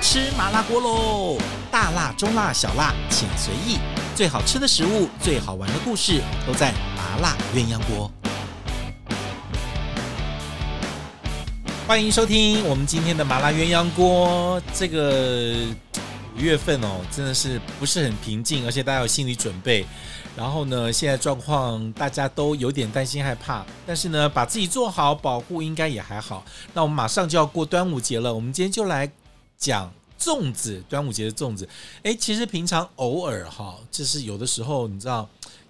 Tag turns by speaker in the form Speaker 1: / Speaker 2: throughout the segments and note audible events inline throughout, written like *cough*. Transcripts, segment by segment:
Speaker 1: 吃麻辣锅喽！大辣、中辣、小辣，请随意。最好吃的食物，最好玩的故事，都在麻辣鸳鸯锅。欢迎收听我们今天的麻辣鸳鸯锅。这个五月份哦，真的是不是很平静，而且大家有心理准备。然后呢，现在状况大家都有点担心害怕，但是呢，把自己做好保护应该也还好。那我们马上就要过端午节了，我们今天就来讲粽子，端午节的粽子。诶，其实平常偶尔哈，就是有的时候你知道，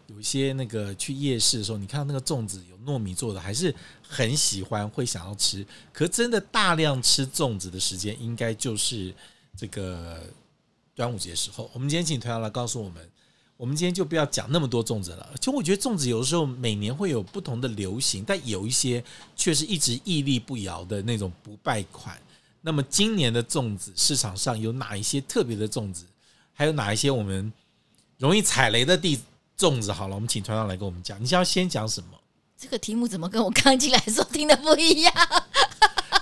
Speaker 1: 有一些那个去夜市的时候，你看到那个粽子有糯米做的，还是很喜欢，会想要吃。可真的大量吃粽子的时间，应该就是这个端午节时候。我们今天请团长来告诉我们。我们今天就不要讲那么多粽子了。其实我觉得粽子有的时候每年会有不同的流行，但有一些却是一直屹立不摇的那种不败款。那么今年的粽子市场上有哪一些特别的粽子？还有哪一些我们容易踩雷的地粽子？好了，我们请团长来跟我们讲。你是要先讲
Speaker 2: *laughs*
Speaker 1: 什么？
Speaker 2: 这个题目怎么跟我刚进来的时候听的不一样？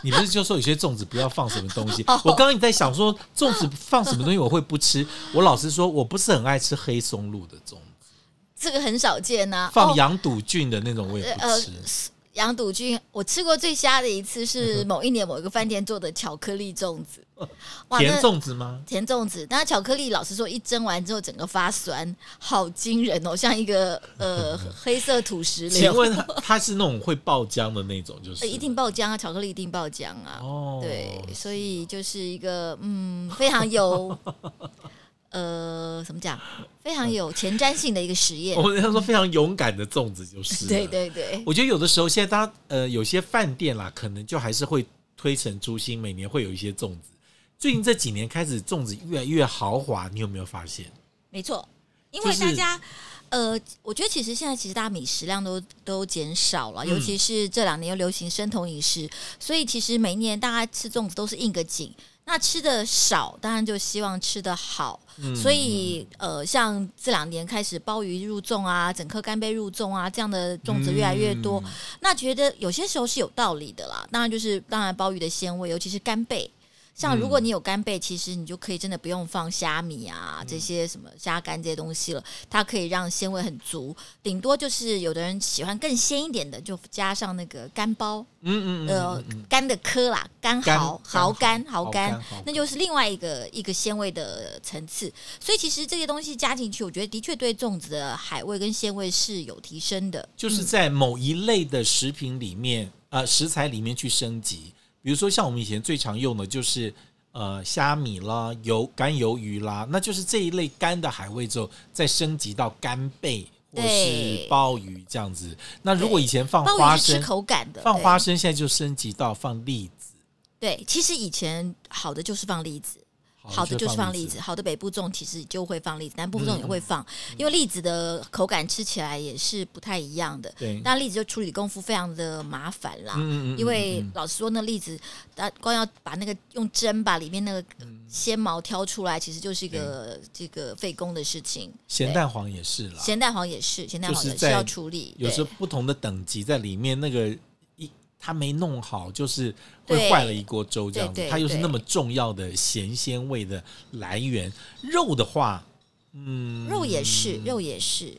Speaker 1: 你不是就说有些粽子不要放什么东西？我刚刚也在想说，粽子放什么东西我会不吃？我老实说，我不是很爱吃黑松露的粽子，
Speaker 2: 这个很少见呐、
Speaker 1: 放
Speaker 2: 哦、呃
Speaker 1: 羊肚菌的那种我也不吃。
Speaker 2: 羊肚菌，我吃过最瞎的一次
Speaker 1: 嗯
Speaker 2: 是某一年某一个饭店做的巧克力粽子，
Speaker 1: 呃
Speaker 2: 哇，
Speaker 1: 甜
Speaker 2: 那
Speaker 1: 粽子吗？
Speaker 2: 甜粽子，但它巧克力老实说，一蒸完之后整个发酸，好惊人哦，像一个呃
Speaker 1: *laughs*
Speaker 2: 黑色土石
Speaker 1: 请
Speaker 2: 流，
Speaker 1: 问它它是那种会爆浆的那种，就是
Speaker 2: 呃一定爆浆啊，巧克力一定爆浆啊，
Speaker 1: 哦，
Speaker 2: 对，所以就是一个嗯非常
Speaker 1: *laughs*
Speaker 2: 有呃怎么讲，
Speaker 1: 嗯
Speaker 2: 非常有前瞻性的一个实验
Speaker 1: 我，们要说非常勇敢的粽子哦就是。啊
Speaker 2: 对。对对。
Speaker 1: 我觉得有的时候现在大家呃有些饭店啦，可能就还是会推陈出新，每年会有一些粽子。最近这几年开始粽子越来越豪华，你有没有发现？
Speaker 2: 没错，因
Speaker 1: 就
Speaker 2: 为
Speaker 1: 是
Speaker 2: 大家、呃，我觉得其实现在其实大家米食量都都减少了，
Speaker 1: 嗯
Speaker 2: 尤其是这两年又流行生酮饮食，所以其实每一年大家吃粽子都是应个景。那吃的少，当然就希望吃的好，
Speaker 1: 嗯
Speaker 2: 所以呃，像这两年开始鲍鱼入粽啊，整颗干贝入粽啊，这样的粽子越来越多。
Speaker 1: 嗯
Speaker 2: 那觉得有些时候是有道理的啦。当然就是当然鲍鱼的鲜味，尤其是干贝。像
Speaker 1: 嗯
Speaker 2: 如果你有干贝，其实你就可以真的不用放虾米
Speaker 1: 嗯
Speaker 2: 啊这些什么虾干这些东西了，它可以让鲜味很足。顶多就是有的人喜欢更鲜一点的，就加上那个干包，
Speaker 1: 嗯嗯嗯
Speaker 2: 呃
Speaker 1: 嗯嗯，
Speaker 2: 干的颗啦，干
Speaker 1: 干
Speaker 2: 蚝、
Speaker 1: 干
Speaker 2: 蚝干、
Speaker 1: 蚝
Speaker 2: 蚝干
Speaker 1: 干蚝干，
Speaker 2: 那就是另外一个一个鲜味的层次。所以其实这些东西加进去，我觉得的确对粽子的海味跟鲜味是有提升的。
Speaker 1: 就是在某一类的食品里面，呃，食材里面去升级。比如说像我们以前最常用的就是呃虾米啦、油干鱿鱼啦，那就是这一类干的海味之后，再升级到干贝或是
Speaker 2: 对
Speaker 1: 鲍鱼这样子。那如果
Speaker 2: 对
Speaker 1: 以前放
Speaker 2: 鲍
Speaker 1: 花
Speaker 2: 鱼是吃
Speaker 1: 生，
Speaker 2: 口感的，
Speaker 1: 放
Speaker 2: 对
Speaker 1: 花生现在就升级到放栗子，
Speaker 2: 对，其实以前好的就是放栗子，
Speaker 1: 哦
Speaker 2: 好的就是放栗子，。好的北部粽其实就会放栗子，南部粽也
Speaker 1: 嗯
Speaker 2: 会放，因为栗子的口感吃起来也是不太一样的。
Speaker 1: 对，
Speaker 2: 但栗子就处理功夫非常的麻烦啦，
Speaker 1: 嗯
Speaker 2: 因为
Speaker 1: 嗯
Speaker 2: 老实说，那栗子它光要把那个用针把里面那个
Speaker 1: 嗯
Speaker 2: 纤毛挑出来，其实就是一个这个费工的事情。
Speaker 1: 咸蛋黄也是啦，
Speaker 2: 咸蛋黄也是，咸蛋黄
Speaker 1: 就是
Speaker 2: 也是
Speaker 1: 在
Speaker 2: 要处理，
Speaker 1: 有
Speaker 2: 对
Speaker 1: 时候不同的等级在里面，那个一他没弄好，就是会
Speaker 2: 对
Speaker 1: 坏了一锅粥这样子
Speaker 2: 对。对
Speaker 1: 它又是
Speaker 2: 对
Speaker 1: 那么重要的咸鲜味的来源。肉的话，嗯，
Speaker 2: 肉也是，肉也是。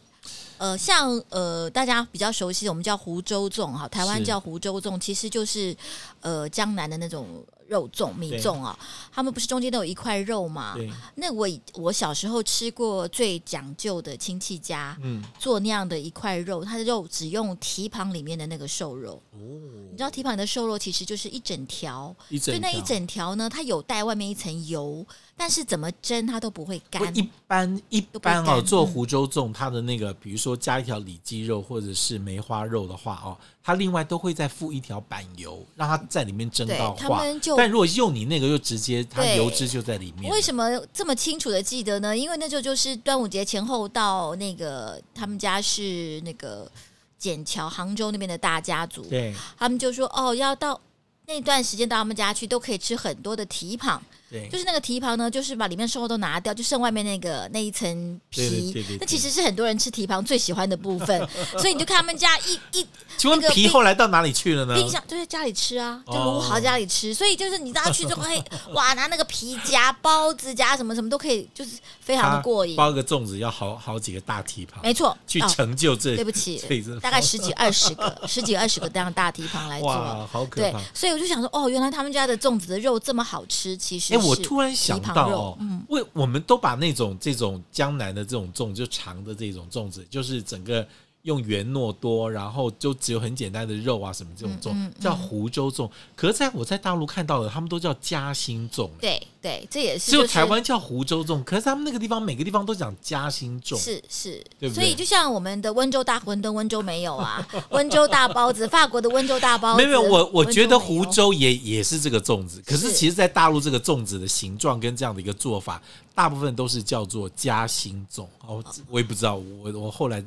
Speaker 2: 呃，像呃，大家比较熟悉的，我们叫湖州粽哈，台湾
Speaker 1: 是
Speaker 2: 叫湖州粽，其实就是呃江南的那种肉粽、米
Speaker 1: 对
Speaker 2: 粽啊。他们不是中间都有一块肉嘛？
Speaker 1: 对，
Speaker 2: 那我以我小时候吃过最讲究的亲戚家
Speaker 1: 嗯，
Speaker 2: 做那样的一块肉，它的肉只用蹄膀里面的那个瘦肉。你知
Speaker 1: 哦，
Speaker 2: 道蹄膀的瘦肉其实就是一整条，
Speaker 1: 一
Speaker 2: 所
Speaker 1: 整
Speaker 2: 以那一
Speaker 1: 条
Speaker 2: 整条呢，它有带外面一层油，但是怎么蒸它都不会
Speaker 1: 不
Speaker 2: 干。
Speaker 1: 一般一
Speaker 2: 不
Speaker 1: 般哦，
Speaker 2: 干
Speaker 1: 做
Speaker 2: 嗯
Speaker 1: 湖州粽，它的那个，比如说加一条里脊肉或者是梅花肉的话，哦，它另外都会再附一条板油，让它在里面蒸
Speaker 2: 对
Speaker 1: 到
Speaker 2: 他
Speaker 1: 化
Speaker 2: 们。就
Speaker 1: 但如果用你那个，就直接它
Speaker 2: 对
Speaker 1: 油脂就在里面了。
Speaker 2: 为什么这么清楚的记得呢？因为那就就是端午节前后到那个他们家是那个笕桥杭州那边的大家族，
Speaker 1: 对，
Speaker 2: 他们就说哦要到那段时间到他们家去都可以吃很多的蹄膀，
Speaker 1: 对，
Speaker 2: 就是那个蹄膀呢，就是把里面瘦肉都拿掉，就剩外面那个那一层
Speaker 1: 对对
Speaker 2: 皮。
Speaker 1: 对对对
Speaker 2: 那其实是很多人吃蹄膀最喜欢的部分，所以你就看他们家一一
Speaker 1: 请问
Speaker 2: 那个
Speaker 1: 皮
Speaker 2: 冰
Speaker 1: 后来到哪里去了呢？
Speaker 2: 冰箱就在家里吃啊，就
Speaker 1: 嗯哦
Speaker 2: 卢豪家里吃，所以就是你大家去
Speaker 1: *laughs*
Speaker 2: 就会哇，拿那个皮夹包子夹什么什么都可以，就是非常的
Speaker 1: 它
Speaker 2: 过瘾。
Speaker 1: 包个粽子要好好几个大蹄膀，
Speaker 2: 没错，
Speaker 1: 去
Speaker 2: 哦，
Speaker 1: 成就这。
Speaker 2: 对不起
Speaker 1: *laughs* 这一阵，
Speaker 2: 大概十几二十
Speaker 1: *laughs*
Speaker 2: 个，十几二十个这样大蹄膀来做。
Speaker 1: 哇，好可
Speaker 2: 对
Speaker 1: 怕！，
Speaker 2: 所以我就想说，哦，原来他们家的粽子的肉这么好吃，其实
Speaker 1: 哎、
Speaker 2: 是
Speaker 1: 我突然想
Speaker 2: 蹄
Speaker 1: 到
Speaker 2: 膀肉嗯
Speaker 1: 哦，为我们都把那种这种江南的这种粽，就长的这种粽子，就是整个用圆糯多，然后就只有很简单的肉啊什么这种粽，
Speaker 2: 嗯嗯嗯
Speaker 1: 叫湖州粽。可是在我在大陆看到的，他们都叫夹心粽。
Speaker 2: 对对，这也是
Speaker 1: 只有
Speaker 2: 就是
Speaker 1: 台湾叫湖州粽，可是他们那个地方每个地方都讲夹心粽，
Speaker 2: 是是
Speaker 1: 对不对
Speaker 2: 所以就像我们的温州大馄饨，温州没有啊， *laughs* 温州大包子，法国的温州大包子，
Speaker 1: 没有没有，我我
Speaker 2: 温
Speaker 1: 觉
Speaker 2: 没
Speaker 1: 得
Speaker 2: 有
Speaker 1: 湖州也也是这个粽子，可是
Speaker 2: 是
Speaker 1: 其实，在大陆这个粽子的形状跟这样的一个做法，大部分都是叫做夹心粽。哦，我也不知道，我我后来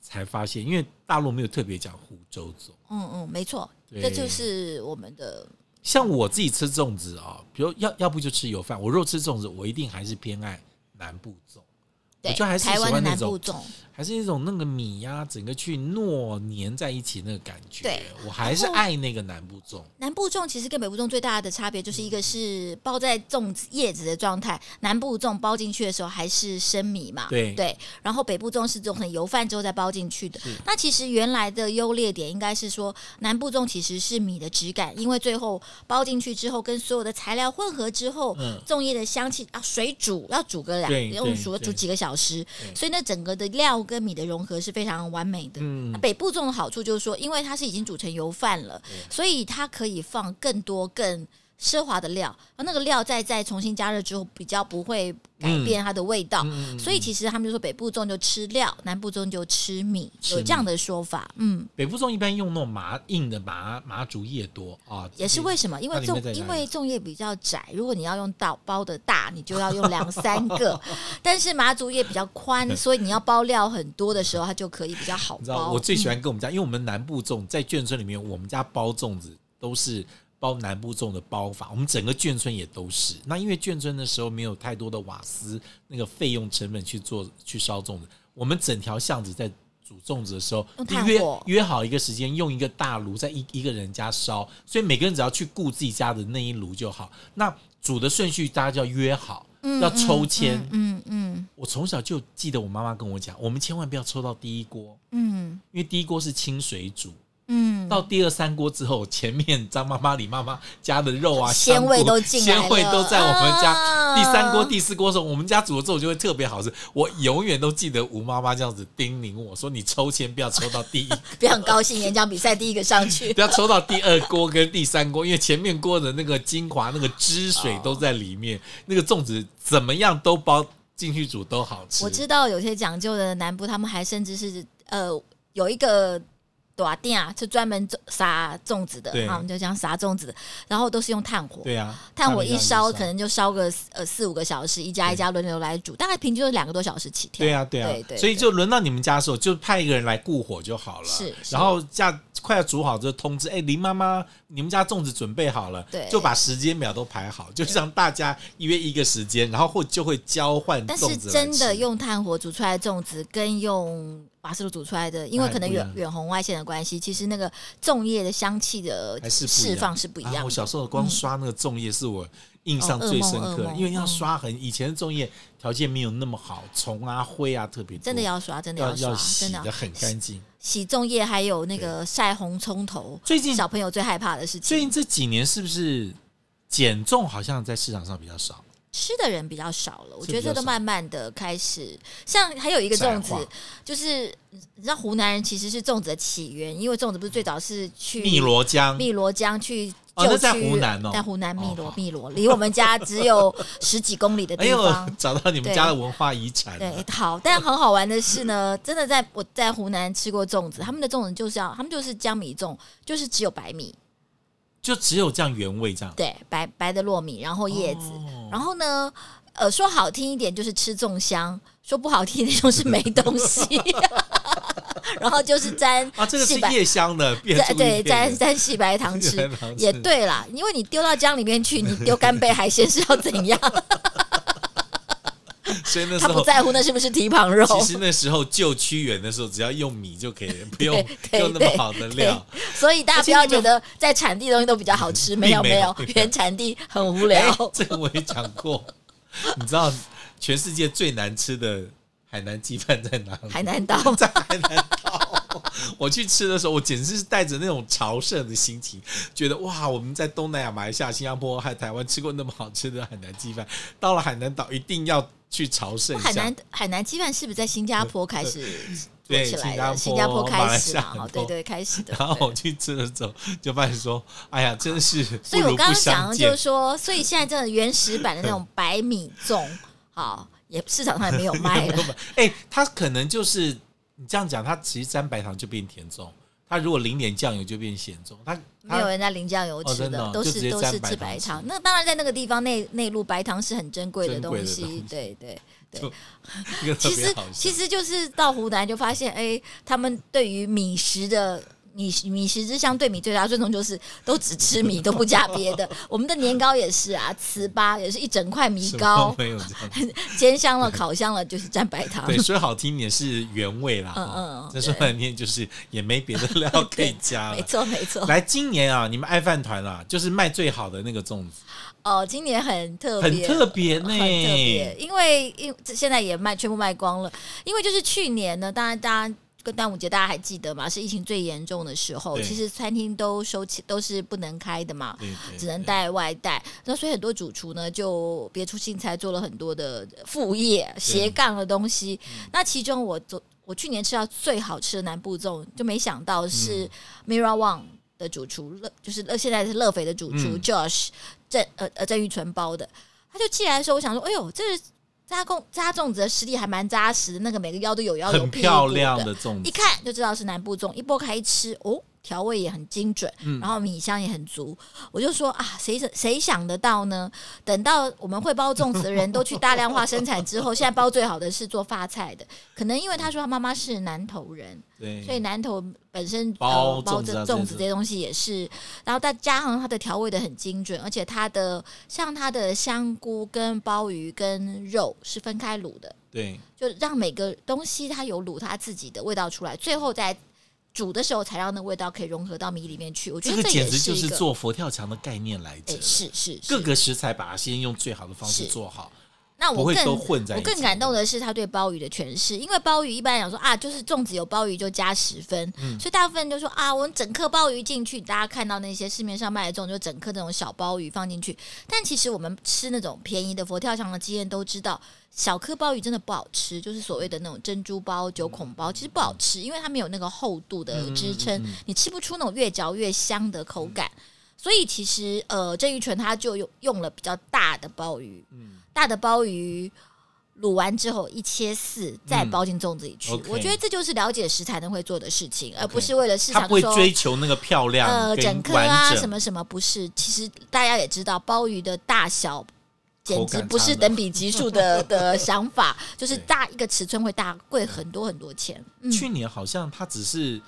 Speaker 1: 才发现，因为大陆没有特别讲湖州粽。
Speaker 2: 嗯嗯，没错，
Speaker 1: 对
Speaker 2: 这就是我们的
Speaker 1: 像我自己吃粽子啊、比如要要不就吃油饭，我若吃粽子，我一定还是偏爱南部粽，我
Speaker 2: 对
Speaker 1: 就还是喜
Speaker 2: 台湾的
Speaker 1: 欢那
Speaker 2: 南
Speaker 1: 种
Speaker 2: 部粽，
Speaker 1: 还是那种那个米呀、整个去糯粘在一起那个感觉。
Speaker 2: 对
Speaker 1: 我还是
Speaker 2: 然后
Speaker 1: 爱那个南部粽。
Speaker 2: 南部粽其实跟北部粽最大的差别就是一个
Speaker 1: 嗯
Speaker 2: 是包在粽子叶子的状态，南部粽包进去的时候还是生米嘛，
Speaker 1: 对
Speaker 2: 然后北部粽是这种很油饭之后再包进去的
Speaker 1: 是。
Speaker 2: 那其实原来的优劣点应该是说，南部粽其实是米的质感，因为最后包进去之后跟所有的材料混合之后，
Speaker 1: 嗯
Speaker 2: 粽叶的香气啊，水煮要煮个
Speaker 1: 对
Speaker 2: 两，
Speaker 1: 对
Speaker 2: 用煮煮
Speaker 1: 对
Speaker 2: 几个小时
Speaker 1: 对，
Speaker 2: 所以那整个的料跟米的融合是非常完美的。
Speaker 1: 嗯
Speaker 2: 那，北部粽的好处就是说，因为它是已经煮成油饭了，所以它可以放更多更奢华的料，而那个料再再重新加热之后，比较不会改变它的味道。
Speaker 1: 嗯
Speaker 2: 所以其实他们就说北部粽就吃料，南部粽就吃米，
Speaker 1: 吃
Speaker 2: 有
Speaker 1: 米
Speaker 2: 这样的说法。嗯，
Speaker 1: 北部粽一般用那种麻硬的麻麻竹叶多啊，
Speaker 2: 也是为什么？因为
Speaker 1: 那里面
Speaker 2: 粽
Speaker 1: 在哪里
Speaker 2: 因为粽叶比较窄，如果你要用到包的大，你就要用两三
Speaker 1: *laughs*
Speaker 2: 个；但是麻竹叶比较宽，所以你要包料很多的时候，它就可以比较好
Speaker 1: 你知道
Speaker 2: 包。嗯
Speaker 1: 我最喜欢跟我们家，因为我们南部粽在眷村里面，我们家包粽子都是包南部粽的包法，我们整个眷村也都是。那因为眷村的时候没有太多的瓦斯那个费用成本去做去烧粽子，我们整条巷子在。煮粽子的时候
Speaker 2: 用，
Speaker 1: 就
Speaker 2: 炭
Speaker 1: 约
Speaker 2: 火
Speaker 1: 约好一个时间，用一个大炉在一一个人家烧，所以每个人只要去顾自己家的那一炉就好。那煮的顺序大家就要约好，
Speaker 2: 嗯
Speaker 1: 要抽签。
Speaker 2: 嗯嗯嗯
Speaker 1: 我从小就记得我妈妈跟我讲，我们千万不要抽到第一锅，
Speaker 2: 嗯
Speaker 1: 因为第一锅是清水煮，
Speaker 2: 嗯，
Speaker 1: 到第二三锅之后，前面张妈妈、李妈妈家的肉啊、
Speaker 2: 鲜味
Speaker 1: 香菇
Speaker 2: 都进来了
Speaker 1: 鲜味都在我们家。
Speaker 2: 啊
Speaker 1: 第三锅、第四锅的时候，我们家煮的粽就会特别好吃。我永远都记得吴妈妈这样子叮咛我说：“你抽签不要抽到
Speaker 2: *laughs*
Speaker 1: 第一，
Speaker 2: 非常高兴，演讲比赛第一个上去。
Speaker 1: 不要抽到第二锅跟第三锅，因为前面锅的那个精华、那个汁水都在里面，那个粽子怎么样都包进去煮都好吃。”
Speaker 2: 我知道有些讲究的南部，他们还甚至是呃有一个短店啊，是专门种撒粽子的
Speaker 1: 对，
Speaker 2: 啊，我们就讲撒粽子的，然后都是用炭火。
Speaker 1: 对啊，
Speaker 2: 炭火
Speaker 1: 他们
Speaker 2: 一
Speaker 1: 家
Speaker 2: 烧，可能就烧个四呃四五个小时，一家一家轮流来煮，大概平均都是两个多小时起跳。
Speaker 1: 对啊，对啊，
Speaker 2: 对对
Speaker 1: 所以就轮到你们家的时候，就派一个人来顾火就好了。
Speaker 2: 是是
Speaker 1: 然后这样快要煮好之后通知，哎，林妈妈，你们家粽子准备好了，
Speaker 2: 对
Speaker 1: 就把时间表都排好，就让大家约一个时间，然后或就会交换
Speaker 2: 但
Speaker 1: 粽
Speaker 2: 是
Speaker 1: 子来
Speaker 2: 真的
Speaker 1: 吃
Speaker 2: 用炭火煮出来的粽子，跟用瓦斯炉煮出来的，因为可能
Speaker 1: 哎
Speaker 2: 远
Speaker 1: 不一
Speaker 2: 远红外线的关系，其实那个粽叶的香气的
Speaker 1: 还是不一样
Speaker 2: 释放是不一
Speaker 1: 啊
Speaker 2: 样
Speaker 1: 我
Speaker 2: 的。
Speaker 1: 小时候光刷那个粽叶是我印象
Speaker 2: 哦噩
Speaker 1: 最
Speaker 2: 梦
Speaker 1: 深
Speaker 2: 噩
Speaker 1: 刻的，
Speaker 2: 梦
Speaker 1: 因为要
Speaker 2: 嗯
Speaker 1: 刷很以前的粽叶条件没有那么好，虫啊灰啊特别多，
Speaker 2: 真的要刷，真的
Speaker 1: 要
Speaker 2: 刷，
Speaker 1: 洗
Speaker 2: 真的
Speaker 1: 的很干净。
Speaker 2: 洗粽叶，还有那个晒红葱头，
Speaker 1: 最近
Speaker 2: 小朋友最害怕的事情。
Speaker 1: 最近这几年是不是减重好像在市场上比较少？
Speaker 2: 吃的人比较少了，我
Speaker 1: 是
Speaker 2: 觉得
Speaker 1: 比
Speaker 2: 这
Speaker 1: 较
Speaker 2: 都
Speaker 1: 少
Speaker 2: 慢慢的开始。像还有一个粽子
Speaker 1: 窄化，
Speaker 2: 就是你知道湖南人其实是粽子的起源，因为粽子不是最早是去
Speaker 1: 汨罗江，
Speaker 2: 汨罗江去
Speaker 1: 哦
Speaker 2: 旧
Speaker 1: 那
Speaker 2: 区，
Speaker 1: 在湖南哦
Speaker 2: 在湖南汨
Speaker 1: 哦
Speaker 2: 罗
Speaker 1: 好，
Speaker 2: 汨罗离我们家只有十几公里的
Speaker 1: 哎
Speaker 2: 地
Speaker 1: 呦
Speaker 2: 方。，
Speaker 1: 找到你们家的文化遗产了
Speaker 2: 对，好，但很好玩的是呢，真的在我在湖南吃过粽子，他们的粽子就是要，他们就是江米粽，就是只有白米，
Speaker 1: 就只有这样原味这样。
Speaker 2: 对，白白的糯米，然后叶子，
Speaker 1: 哦
Speaker 2: 然后呢，呃，
Speaker 1: *laughs*
Speaker 2: 说好听一点就是吃粽香，说不好听一点就是没东西。 *laughs* 然后就是沾
Speaker 1: 啊，这个是
Speaker 2: 细白
Speaker 1: 夜香
Speaker 2: *laughs*
Speaker 1: 的，别
Speaker 2: 沾
Speaker 1: 注意
Speaker 2: 对
Speaker 1: 别
Speaker 2: 沾
Speaker 1: 人
Speaker 2: 沾细白
Speaker 1: *laughs*
Speaker 2: 糖
Speaker 1: 细白
Speaker 2: 吃
Speaker 1: 糖，吃
Speaker 2: 也对啦，因为你丢到江里面去，你丢干贝海鲜是要怎样？
Speaker 1: 所以 *laughs* 那时
Speaker 2: 他不
Speaker 1: 候。
Speaker 2: 在乎那是不是蹄膀肉，
Speaker 1: 其实那时候救屈原的时候，只要用米就可
Speaker 2: *laughs*
Speaker 1: 以了，不用
Speaker 2: 对
Speaker 1: 用那么好的料。
Speaker 2: 所以大家
Speaker 1: 而
Speaker 2: 不
Speaker 1: 且你
Speaker 2: 要
Speaker 1: 有没
Speaker 2: 觉
Speaker 1: 有
Speaker 2: 得在产地的东西都比较好吃，没有
Speaker 1: 并没
Speaker 2: 没
Speaker 1: 有
Speaker 2: 有，原产地很无聊
Speaker 1: 哎。这个我也讲过。你知道全世界最难吃的海南鸡饭在哪里？
Speaker 2: 海南岛
Speaker 1: 在海南岛。我去吃的时候，我简直是带着那种朝圣的心情，觉得哇，我们在东南亚、马来西亚、新加坡还有台湾吃过那么好吃的海南鸡饭，到了海南岛一定要去朝圣一
Speaker 2: 海
Speaker 1: 下
Speaker 2: 南。海南鸡饭是不是在新加坡开始做
Speaker 1: 对
Speaker 2: 起来
Speaker 1: 新加
Speaker 2: 的？
Speaker 1: 坡
Speaker 2: 新加坡
Speaker 1: 马
Speaker 2: 开
Speaker 1: 来
Speaker 2: 始
Speaker 1: 西亚
Speaker 2: 嘛，
Speaker 1: 很
Speaker 2: 哦，
Speaker 1: 多
Speaker 2: 对对，开
Speaker 1: *laughs*
Speaker 2: 始的。
Speaker 1: 然后
Speaker 2: 对
Speaker 1: 我去吃的时候，就发现说，哎呀，真是
Speaker 2: 所
Speaker 1: 不
Speaker 2: 以我
Speaker 1: 如
Speaker 2: 刚
Speaker 1: 不
Speaker 2: 刚讲
Speaker 1: 相
Speaker 2: 的就是
Speaker 1: 见。
Speaker 2: 说，所以现在真的原始版的那种白米粽，好，也市场上也没有卖了。
Speaker 1: 哎，它可能就是你这样讲，它其实沾白糖就变甜粽，它如果淋点酱油就变咸粽，它它
Speaker 2: 没有人家淋酱油
Speaker 1: 哦
Speaker 2: 吃
Speaker 1: 真的哦
Speaker 2: 都
Speaker 1: 就直
Speaker 2: 是
Speaker 1: 接
Speaker 2: 都
Speaker 1: 蘸
Speaker 2: 是
Speaker 1: 白
Speaker 2: 吃
Speaker 1: 糖
Speaker 2: 白
Speaker 1: 吃
Speaker 2: 糖。那当然，在那个地方内内陆白糖是很珍贵的
Speaker 1: 珍贵的
Speaker 2: 东西，
Speaker 1: 东西
Speaker 2: 对对对。
Speaker 1: 一个特
Speaker 2: 其
Speaker 1: 别
Speaker 2: 实
Speaker 1: 好笑
Speaker 2: 其实就是到湖南就发现，哎、他们对于米食的。米米食之乡对米最大的尊重就是都只吃米都不加
Speaker 1: *laughs*
Speaker 2: 别的。我们的年糕也是啊，糍粑也是一整块米
Speaker 1: 什么
Speaker 2: 糕，
Speaker 1: 没有这样。
Speaker 2: 煎香了、烤香了就是蘸白糖
Speaker 1: 对，。说好听点是原味啦，
Speaker 2: 啊嗯
Speaker 1: 哦
Speaker 2: 嗯
Speaker 1: 再说难听就是也没别的
Speaker 2: *laughs*
Speaker 1: 料可以加
Speaker 2: 没
Speaker 1: 了。
Speaker 2: 错没错。
Speaker 1: 来，今年啊，你们爱饭团啦，就是卖最好的那个粽子，
Speaker 2: 哦，今年很特
Speaker 1: 很
Speaker 2: 别，
Speaker 1: 特别呢，
Speaker 2: 很特别，因为因现在也卖全部卖光了，因为就是去年呢，当然大家。跟端午节大家还记得嘛？是疫情最严重的时候，
Speaker 1: 对
Speaker 2: 其实餐厅都收起都是不能开的嘛，
Speaker 1: 对对
Speaker 2: 只能
Speaker 1: 对
Speaker 2: 带外带。那所以很多主厨呢就别出心裁做了很多的副业斜杠的东西。
Speaker 1: 嗯
Speaker 2: 那其中我昨我去年吃到最好吃的南部粽，就没想到
Speaker 1: 嗯
Speaker 2: 是 Mira Wang 的主厨乐，就是乐现在是乐肥的主厨、
Speaker 1: 嗯
Speaker 2: Josh 郑呃呃郑玉纯包的，他就寄来的时候，我想说，哎呦，这是扎工扎粽子的实力还蛮扎实的，那个每个腰都有腰有
Speaker 1: 很
Speaker 2: 屁
Speaker 1: 漂
Speaker 2: 股
Speaker 1: 亮
Speaker 2: 的，
Speaker 1: 的粽子，
Speaker 2: 一看就知道是南部粽，一剥开一吃，哦，调味也很精准，
Speaker 1: 嗯
Speaker 2: 然后米香也很足。我就说啊，谁谁想得到呢？等到我们会包粽子的人都去大量化生产之后，现在包最好的是做发菜的，可能因为他说他妈妈是南投人，所以
Speaker 1: 对，
Speaker 2: 南投本身
Speaker 1: 嗯包
Speaker 2: 呃包
Speaker 1: 粽
Speaker 2: 这
Speaker 1: 子啊
Speaker 2: 粽
Speaker 1: 这
Speaker 2: 子
Speaker 1: 些
Speaker 2: 这些东西也是，然后再加上它的调味的很精准，而且它的像它的香菇跟鲍鱼跟肉是分开卤的，
Speaker 1: 对，
Speaker 2: 就让每个东西它有卤它自己的味道出来，最后在煮的时候才让那味道可以融合到米里面去。我觉
Speaker 1: 这
Speaker 2: 得
Speaker 1: 个
Speaker 2: 这
Speaker 1: 简
Speaker 2: 也
Speaker 1: 直就是是
Speaker 2: 一个，
Speaker 1: 做佛跳墙的概念来
Speaker 2: 哎、
Speaker 1: 着，
Speaker 2: 是是
Speaker 1: 各
Speaker 2: 是。
Speaker 1: 个食材把它先用最好的方式
Speaker 2: 是
Speaker 1: 做好，
Speaker 2: 那
Speaker 1: 不
Speaker 2: 我
Speaker 1: 会
Speaker 2: 更
Speaker 1: 都混在一
Speaker 2: 我
Speaker 1: 起。
Speaker 2: 更感动的是他对鲍鱼的诠释，因为鲍鱼一般来讲说啊，就是粽子有鲍鱼就加十分，
Speaker 1: 嗯
Speaker 2: 所以大部分就说啊，我们整颗鲍鱼进去，大家看到那些市面上卖的粽，就整颗那种小鲍鱼放进去。但其实我们吃那种便宜的佛跳墙的经验都知道，小颗鲍鱼真的不好吃，就是所谓的那种珍珠包、九孔包，其实不好吃，因为它没有那个厚度的支撑，
Speaker 1: 嗯嗯嗯
Speaker 2: 你吃不出那种越嚼越香的口感。
Speaker 1: 嗯
Speaker 2: 所以其实呃，郑玉纯他就用用了比较大的鲍鱼，大的鲍鱼卤完之后一切四，再包进粽子里去。
Speaker 1: 嗯 OK
Speaker 2: 我觉得这就是了解食材能会做的事情，而
Speaker 1: OK
Speaker 2: 不是为了市
Speaker 1: 他
Speaker 2: 场
Speaker 1: 不会
Speaker 2: 说
Speaker 1: 追求那个漂亮
Speaker 2: 呃
Speaker 1: 跟
Speaker 2: 整颗
Speaker 1: 完
Speaker 2: 啊
Speaker 1: 整
Speaker 2: 什么什么不是。其实大家也知道，鲍鱼的大小。简
Speaker 1: 口
Speaker 2: 直
Speaker 1: 感
Speaker 2: 不是
Speaker 1: 差的
Speaker 2: 等比级
Speaker 1: *laughs*
Speaker 2: 数的的想法，就是
Speaker 1: 对
Speaker 2: 大一个尺寸会大贵很多很多钱。嗯，
Speaker 1: 去年好像他只是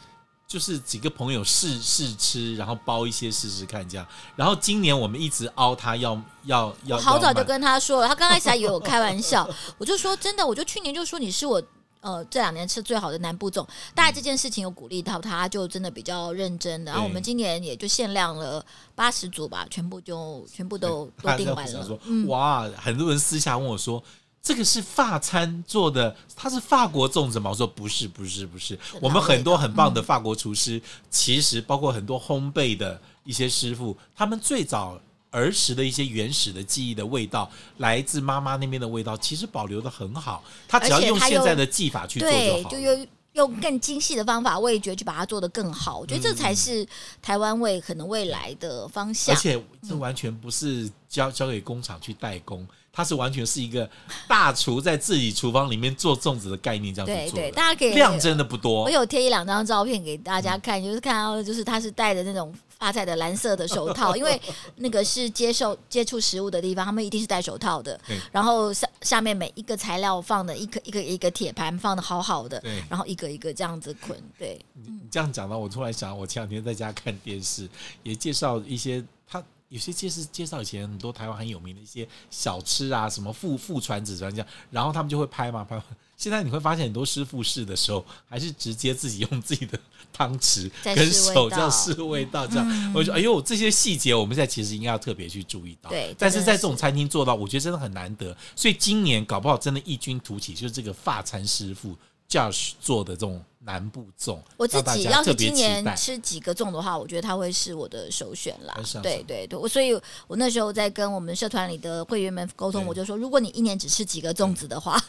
Speaker 1: 就是几个朋友试试吃，然后包一些试试看这样。然后今年我们一直凹他要要要，
Speaker 2: 我好早
Speaker 1: 要卖
Speaker 2: 就跟他说了，他刚开始
Speaker 1: *laughs*
Speaker 2: 还以为我开玩笑，我就说真的，我就去年就说你是我。呃，这两年吃最好的南部粽，大概这件事情有鼓励到他，就真的比较认真
Speaker 1: 嗯
Speaker 2: 的。然后我们今年也就限量了八十组吧，全部就全部都都
Speaker 1: 他
Speaker 2: 订
Speaker 1: 在
Speaker 2: 完
Speaker 1: 想
Speaker 2: 了
Speaker 1: 说。，哇，很多人私下问我说。这个是法餐做的，它是法国粽子吗？我说不是，不是，不是。我们很多很棒的
Speaker 2: 嗯
Speaker 1: 法国厨师，其实包括很多烘焙的一些师傅，他们最早儿时的一些原始的记忆的味道，来自妈妈那边的味道，其实保留的很好。他只要
Speaker 2: 而且
Speaker 1: 用
Speaker 2: 他
Speaker 1: 现在
Speaker 2: 又
Speaker 1: 的技法去做就
Speaker 2: 对，
Speaker 1: 好
Speaker 2: 就
Speaker 1: 了。
Speaker 2: 用用更精细的方法味觉去把它做得更好。我觉得这才是台湾味可能未来的方
Speaker 1: 嗯
Speaker 2: 向
Speaker 1: 而。且这完全不是交交给工厂去代工，它是完全是一个大厨在自己厨房里面做粽子的概念这样
Speaker 2: 对
Speaker 1: 去做
Speaker 2: 对，
Speaker 1: 的。
Speaker 2: 大家可以
Speaker 1: 量真的不多嗯
Speaker 2: 我，有贴一两张照片给大家看，就是看到就是他是带着那种发财的蓝色的手套，
Speaker 1: *laughs*
Speaker 2: 因为那个是接受接触食物的地方，他们一定是戴手套的
Speaker 1: 对。
Speaker 2: 然后下下面每一个材料放的一个一个一个铁盘放的好好的
Speaker 1: 对，
Speaker 2: 然后一个一个这样子捆。对，
Speaker 1: 你你这样讲到，我突然想，我前两天在家看电视，也介绍一些他有些介是介绍以前很多台湾很有名的一些小吃啊，什么副副传子传这样，然后他们就会拍嘛拍嘛。现在你会发现很多师傅试的时候，还是直接自己用自己的汤匙
Speaker 2: 在
Speaker 1: 跟
Speaker 2: 试味
Speaker 1: 手
Speaker 2: 道嗯
Speaker 1: 这样试味道，这样、我就觉得哎呦，这些细节我们现在其实应该要特别去注意到。
Speaker 2: 对
Speaker 1: 但是在这
Speaker 2: 真的
Speaker 1: 种
Speaker 2: 是
Speaker 1: 餐厅做到，我觉得真的很难得。所以今年搞不好真的异军突起，就是这个法餐师傅 Josh 做的这种南部粽，
Speaker 2: 我自
Speaker 1: 让大
Speaker 2: 己
Speaker 1: 家
Speaker 2: 要
Speaker 1: 特
Speaker 2: 是
Speaker 1: 别
Speaker 2: 今
Speaker 1: 期
Speaker 2: 年
Speaker 1: 待
Speaker 2: 吃几个粽的话，我觉得它会是我的首选啦
Speaker 1: 还是要。
Speaker 2: 对
Speaker 1: 吃
Speaker 2: 对对，我所以，我那时候在跟我们社团里的会员们沟通，
Speaker 1: 对
Speaker 2: 我就说，如果你一年只吃几个粽子的话，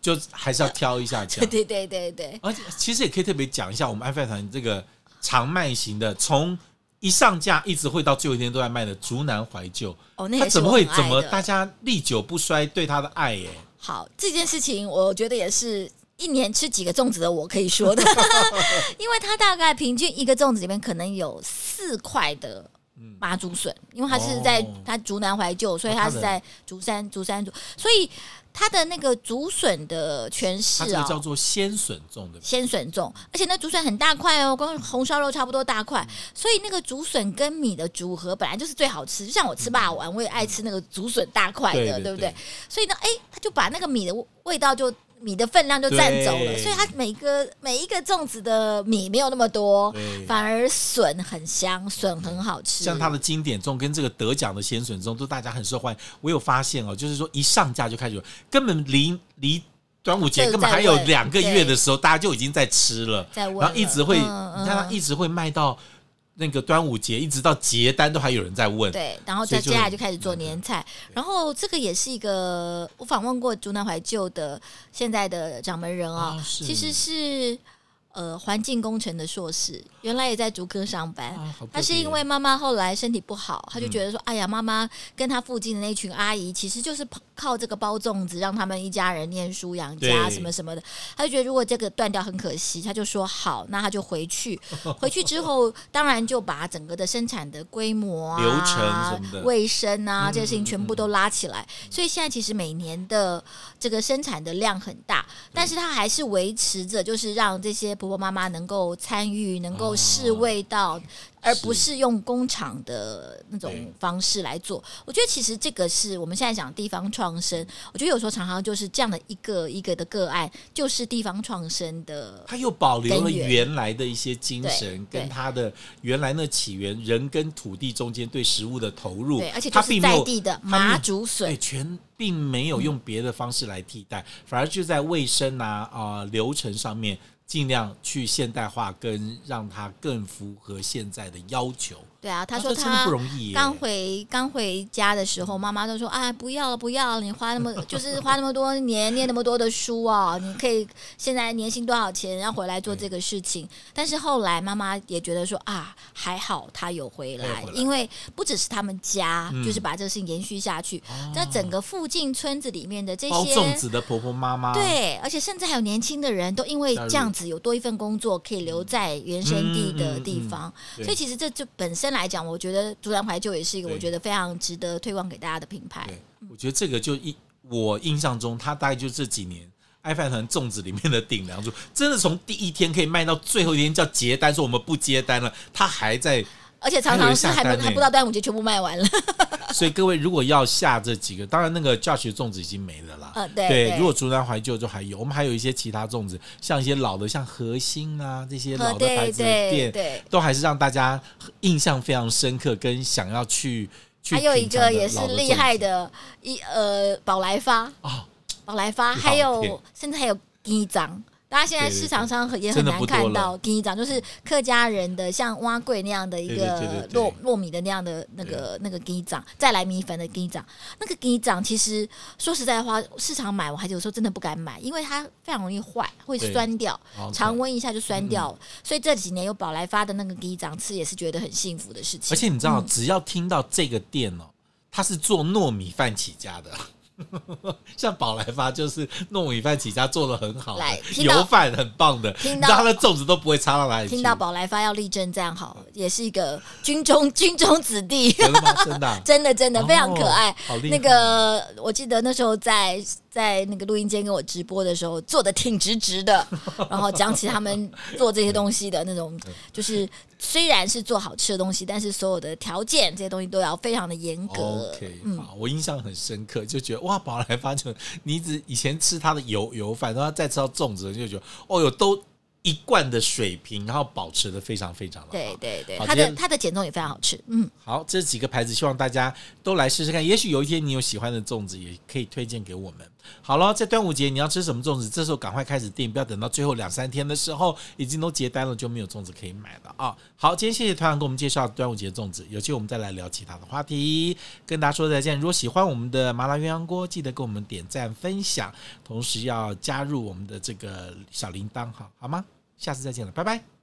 Speaker 1: 就还是要挑一下
Speaker 2: 对
Speaker 1: 讲。
Speaker 2: *laughs* 对对对对，
Speaker 1: 而且其实也可以特别讲一下我们爱饭团这个长卖型的，从一上架一直会到最后一天都在卖的竹南怀旧，
Speaker 2: 哦，那
Speaker 1: 它
Speaker 2: 也是
Speaker 1: 怎么
Speaker 2: 我
Speaker 1: 会
Speaker 2: 很
Speaker 1: 怎
Speaker 2: 爱
Speaker 1: 么大
Speaker 2: 的。
Speaker 1: 家历久不衰对它的爱耶、
Speaker 2: 好，这件事情我觉得也是。一年吃几个粽子的我可以
Speaker 1: *laughs*
Speaker 2: 说的，因为它大概平均一个粽子里面可能有四块的麻竹笋，因为它是在
Speaker 1: 哦
Speaker 2: 它竹南怀旧，所以
Speaker 1: 哦
Speaker 2: 它
Speaker 1: 它
Speaker 2: 是
Speaker 1: 的
Speaker 2: 在竹山竹山竹，所以它的那个竹笋的诠释
Speaker 1: 它这
Speaker 2: 啊、
Speaker 1: 个叫做鲜笋粽，对吧？
Speaker 2: 鲜笋粽，而且那竹笋很大块哦，跟红烧肉差不多大块，所以那个竹笋跟米的组合本来就是最好吃。就像我吃霸王，我也爱吃那个竹笋大块的，
Speaker 1: 对
Speaker 2: 对
Speaker 1: 对
Speaker 2: 不
Speaker 1: 对
Speaker 2: 对？所以呢，哎，他就把那个米的味道就。米的分量就占走了，
Speaker 1: 对
Speaker 2: 所以它每个每一个粽子的米没有那么多，
Speaker 1: 对
Speaker 2: 哦反而笋很香，笋很好吃。
Speaker 1: 像它的经典粽跟这个得奖的鲜笋粽都大家很受欢迎。我有发现哦，就是说一上架就开始有，根本离离端午节
Speaker 2: 就
Speaker 1: 根本
Speaker 2: 在
Speaker 1: 还有
Speaker 2: 问
Speaker 1: 两个月
Speaker 2: 对
Speaker 1: 的时候，大家就已经在吃了，
Speaker 2: 在问
Speaker 1: 然后一
Speaker 2: 了
Speaker 1: 直会，
Speaker 2: 嗯嗯
Speaker 1: 你看它一直会卖到那个端午节，一直到结单都还有人在问。
Speaker 2: 对，然后
Speaker 1: 所
Speaker 2: 再
Speaker 1: 以就
Speaker 2: 接下来就开始做年菜，然后这个也是一个我访问过竹南怀旧的现在的掌门人啊、
Speaker 1: 啊是
Speaker 2: 其实是呃环境工程的硕士，原来也在竹科上班。
Speaker 1: 啊，好特
Speaker 2: 他是
Speaker 1: 别
Speaker 2: 因为妈妈后来身体不好，他就觉得说：“哎呀，妈妈跟他附近的那群阿姨，其实就是靠这个包粽子让他们一家人念书养家
Speaker 1: 对
Speaker 2: 什么什么的。”他就觉得如果这个断掉很可惜，他就说：“好，那他就
Speaker 1: *laughs*
Speaker 2: 回去。回去之后，当然就把整个的生产的规模啊、
Speaker 1: 流程什么的
Speaker 2: 卫生啊这些
Speaker 1: 嗯嗯
Speaker 2: 事情全部都拉起来。所以现在其实每年的这个生产的量很大，但是他还是维持着，就是让这些婆婆妈妈能够参与，能够试
Speaker 1: 哦
Speaker 2: 味道。而
Speaker 1: 是
Speaker 2: 不是用工厂的那种
Speaker 1: 对
Speaker 2: 方式来做。我觉得其实这个是我们现在讲地方创生，
Speaker 1: 嗯
Speaker 2: 我觉得有时候常常就是这样的一个一个的个案，就是地方创生的。
Speaker 1: 他又保留了
Speaker 2: 根源
Speaker 1: 原来的一些精神，
Speaker 2: 对
Speaker 1: 跟他的原来那起源人跟土地中间对食物的投入
Speaker 2: 对，，而且就
Speaker 1: 他
Speaker 2: 是
Speaker 1: 并没
Speaker 2: 在
Speaker 1: 有
Speaker 2: 地的
Speaker 1: 没有哎
Speaker 2: 麻竹
Speaker 1: 对，
Speaker 2: 笋，
Speaker 1: 全并没有用别的方式来替
Speaker 2: 嗯
Speaker 1: 代，反而就在卫生啊啊、流程上面尽量去现代化，跟让它更符合现在的要求。
Speaker 2: 对啊，他
Speaker 1: 啊
Speaker 2: 说
Speaker 1: 这真的
Speaker 2: 他
Speaker 1: 不容易耶，
Speaker 2: 刚回刚回家的时候，妈妈都说：“啊，不要了，不要了，你花那么就是花那么多年念那么多的书哦，你可以现在年薪多少钱，然后回来做这个事情。”但是后来妈妈也觉得说：“啊，还好她有回来，
Speaker 1: 她有回来
Speaker 2: 因为不只是他们家，
Speaker 1: 嗯哦
Speaker 2: 就是把这个事情延续下去，在、整个附近村子里面的这
Speaker 1: 包粽
Speaker 2: 些。”
Speaker 1: 子的婆婆妈妈，啊
Speaker 2: 对，而且甚至还有年轻的人都因为
Speaker 1: 加入
Speaker 2: 这样子有多一份工作可以留在原生地的
Speaker 1: 嗯嗯
Speaker 2: 地
Speaker 1: 嗯
Speaker 2: 方，
Speaker 1: 对
Speaker 2: 所以其实这就本身来讲，我觉得竹篮怀旧也是一个
Speaker 1: 对
Speaker 2: 我觉得非常值得推广给大家的品牌。
Speaker 1: 对，我觉得这个就一我印象中，它大概就这几年。爱饭团粽子里面的顶梁柱，真的从第一天可以卖到最后一天，叫结单，说我们不接单了，它还
Speaker 2: *laughs*
Speaker 1: 在
Speaker 2: 而且常常是还
Speaker 1: 还有人下单
Speaker 2: 不
Speaker 1: 呢
Speaker 2: 还不到端午节全部卖完了。
Speaker 1: 所以各位如果要下这几个，当然那个 Josh 的粽子已经没了啦。
Speaker 2: 呃对对
Speaker 1: 如果竹南怀旧就还有，我们还有一些其他粽子，像一些老的，像核心啊这些老的牌
Speaker 2: 哦对
Speaker 1: 子的
Speaker 2: 对
Speaker 1: 店，
Speaker 2: 对，
Speaker 1: 都还是让大家印象非常深刻，跟想要去去
Speaker 2: 还有一
Speaker 1: 品尝的
Speaker 2: 个也是
Speaker 1: 老的粽子
Speaker 2: 厉害的，一呃宝来发，
Speaker 1: 哦，
Speaker 2: 宝来发，
Speaker 1: 这好
Speaker 2: 还有
Speaker 1: 骗
Speaker 2: 甚至还有鸡掌。大家现在
Speaker 1: 对对
Speaker 2: 市
Speaker 1: 对
Speaker 2: 场上很也
Speaker 1: 真
Speaker 2: 很
Speaker 1: 的
Speaker 2: 难
Speaker 1: 不多
Speaker 2: 看
Speaker 1: 了
Speaker 2: 到鸡掌，就是客家人的像蛙桂那样的一
Speaker 1: 对对对
Speaker 2: 个
Speaker 1: 对对
Speaker 2: 糯糯米的那样的那个那个鸡掌，再来米粉的鸡掌。那个鸡掌其实说实在话，市场买我还有时候真的不敢买，因为它非常容易坏，会
Speaker 1: 对
Speaker 2: 酸掉，
Speaker 1: 好嗯
Speaker 2: 常温一下就酸掉了。所以这几年有宝来发的那个鸡掌吃，也是觉得很幸福的事
Speaker 1: 而
Speaker 2: 情。
Speaker 1: 且你知道，只要听到这个店哦，它是做糯米饭起家的， *laughs* 像宝来发就是糯米饭起家做的很好的
Speaker 2: 来，听到
Speaker 1: 油饭很棒的，
Speaker 2: 听
Speaker 1: 你知
Speaker 2: 到
Speaker 1: 道他的粽子都不会差到哪里去。
Speaker 2: 听到宝来发要立正站好，也是一个军中 *laughs* 军中子弟，、
Speaker 1: 真的吗？真的啊
Speaker 2: 真的 *laughs* 真的非常可爱
Speaker 1: 哦。好厉害
Speaker 2: 那个我记得那时候在在那个录音间跟我直播的时候，坐的挺直直的，然后讲起他们做这些东西的那
Speaker 1: *laughs*
Speaker 2: 种，就是虽然是做好吃的东西，但是所有的条件这些东西都要非常的严格。
Speaker 1: OK，
Speaker 2: 嗯，
Speaker 1: 好，我印象很深刻，就觉得哇，宝来发就你只以前吃它的油油饭，然后再吃到粽子，就觉得哦哟，都一贯的水平，然后保持的非常非常的好。
Speaker 2: 对对对，
Speaker 1: 好
Speaker 2: 它
Speaker 1: 今
Speaker 2: 的
Speaker 1: 天
Speaker 2: 它的减重也非常好吃。嗯，
Speaker 1: 好，这几个牌子希望大家都来试试看，也许有一天你有喜欢的粽子，也可以推荐给我们。好了，在端午节你要吃什么粽子，这时候赶快开始订，不要等到最后两三天的时候已经都结单了，就没有粽子可以买了啊！好，今天谢谢团长给我们介绍端午节粽子，有机会我们再来聊其他的话题。跟大家说再见。如果喜欢我们的麻辣鸳鸯锅，记得给我们点赞分享，同时要加入我们的这个小铃铛，哈，好吗？下次再见了，拜拜。